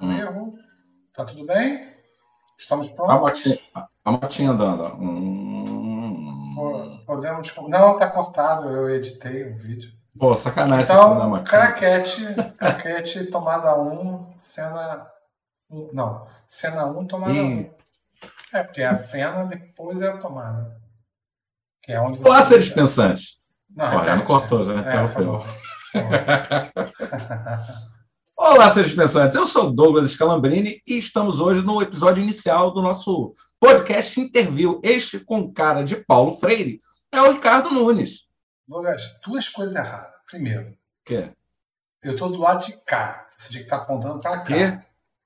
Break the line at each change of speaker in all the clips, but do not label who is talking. Hum.
Tá tudo bem? Estamos
A
prontos?
motinha, a- a motinha andando. ó. Hum.
Po- Podemos. Não, tá cortado, eu editei o vídeo.
Pô, sacanagem esse aqui, né,
Então,
motinha?
craquete, craquete, tomada 1, cena. um- Não, cena 1, tomada
Ih.
1. É, porque é a cena, depois é a tomada. Que é onde você.
Olá, seres pensantes.
Não,
Olha, não
repete.
cortou, Então, já
Ah,
né?
É, falou.
interrompeu.
Falou.
Olá, seres pensantes. Eu sou Douglas Scalambrini e estamos hoje no episódio inicial do nosso podcast Interview. Este com cara de Paulo Freire é o Ricardo Nunes.
Douglas, duas coisas erradas. Primeiro,
Quê?
eu tô do lado de cá. Você tinha que estar apontando pra cá.
Quê?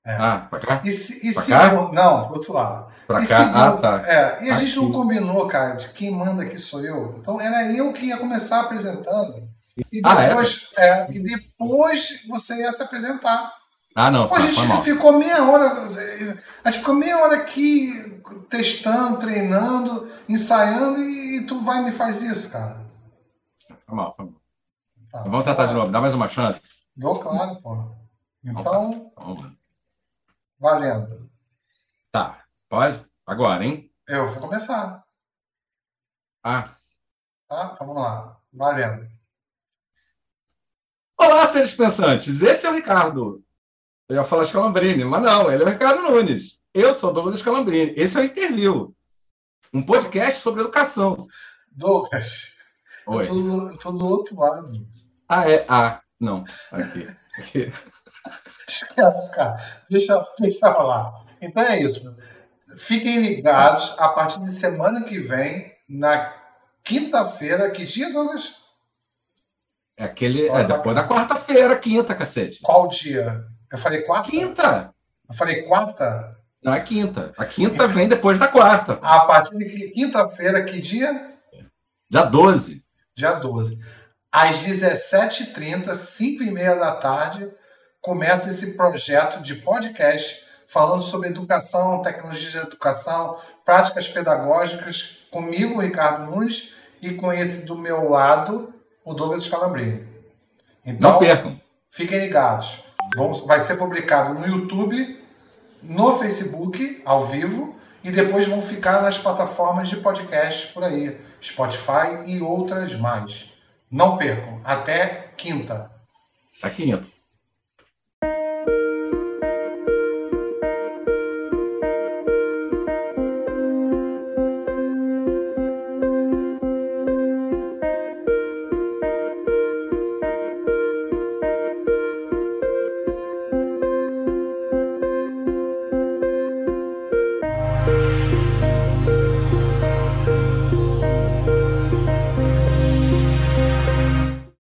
É.
Ah, pra cá?
E, se, e
Pra
se-
cá?
Não, do outro lado.
Pra
e
cá?
se-
Ah, tá.
É, e a gente não
Aqui.
combinou, cara, de quem manda aqui sou eu. Então era eu que ia começar apresentando. E
Ah, é?
depois, é, e depois você ia se apresentar.
Ah, não.
Pô, a
tá,
gente
Foi mal.
ficou meia hora. A gente ficou meia hora aqui testando, treinando, ensaiando, e, tu vai e me faz isso, cara.
Foi mal, foi mal. Então
Tá.
Vamos tentar de novo. Dá mais uma chance.
Dou claro, pô. Então,
Vamos lá.
valendo.
Tá. Pode? Agora, hein?
Eu vou começar,
Ah,
tá? Então vamos lá. Valendo.
Olá, seres pensantes. Esse é o Ricardo. Eu ia falar Scalambrini, mas não, ele é o Ricardo Nunes. Eu sou o Douglas Scalambrini. Esse é o Interview, um podcast sobre educação.
Douglas,
Oi.
tu, tu do outro lado.
Ah, é. Ah, não. Aqui. Aqui.
Esquece, cara. Deixa, deixa rolar. Então é isso. Fiquem ligados a partir de semana que vem, na quinta-feira. Que dia, Douglas?
É aquele. É depois da quarta-feira, quinta, cacete.
Qual dia? Eu falei quarta?
Quinta.
Eu falei quarta?
Não é quinta. A quinta vem depois da quarta.
A partir de que- quinta-feira, que dia?
Dia 12.
Dia 12. Às 17h30, 5h30 da tarde, começa esse projeto de podcast falando sobre educação, tecnologia de educação, práticas pedagógicas, comigo, Ricardo Nunes, e com esse do meu lado, o Douglas Calabrini.
Não
Então,
percam.
fiquem ligados. Vamos- vai ser publicado no YouTube, no Facebook, ao vivo, e depois vão ficar nas plataformas de podcast por aí, Spotify e outras mais. Não percam. Até quinta.
A É quinta.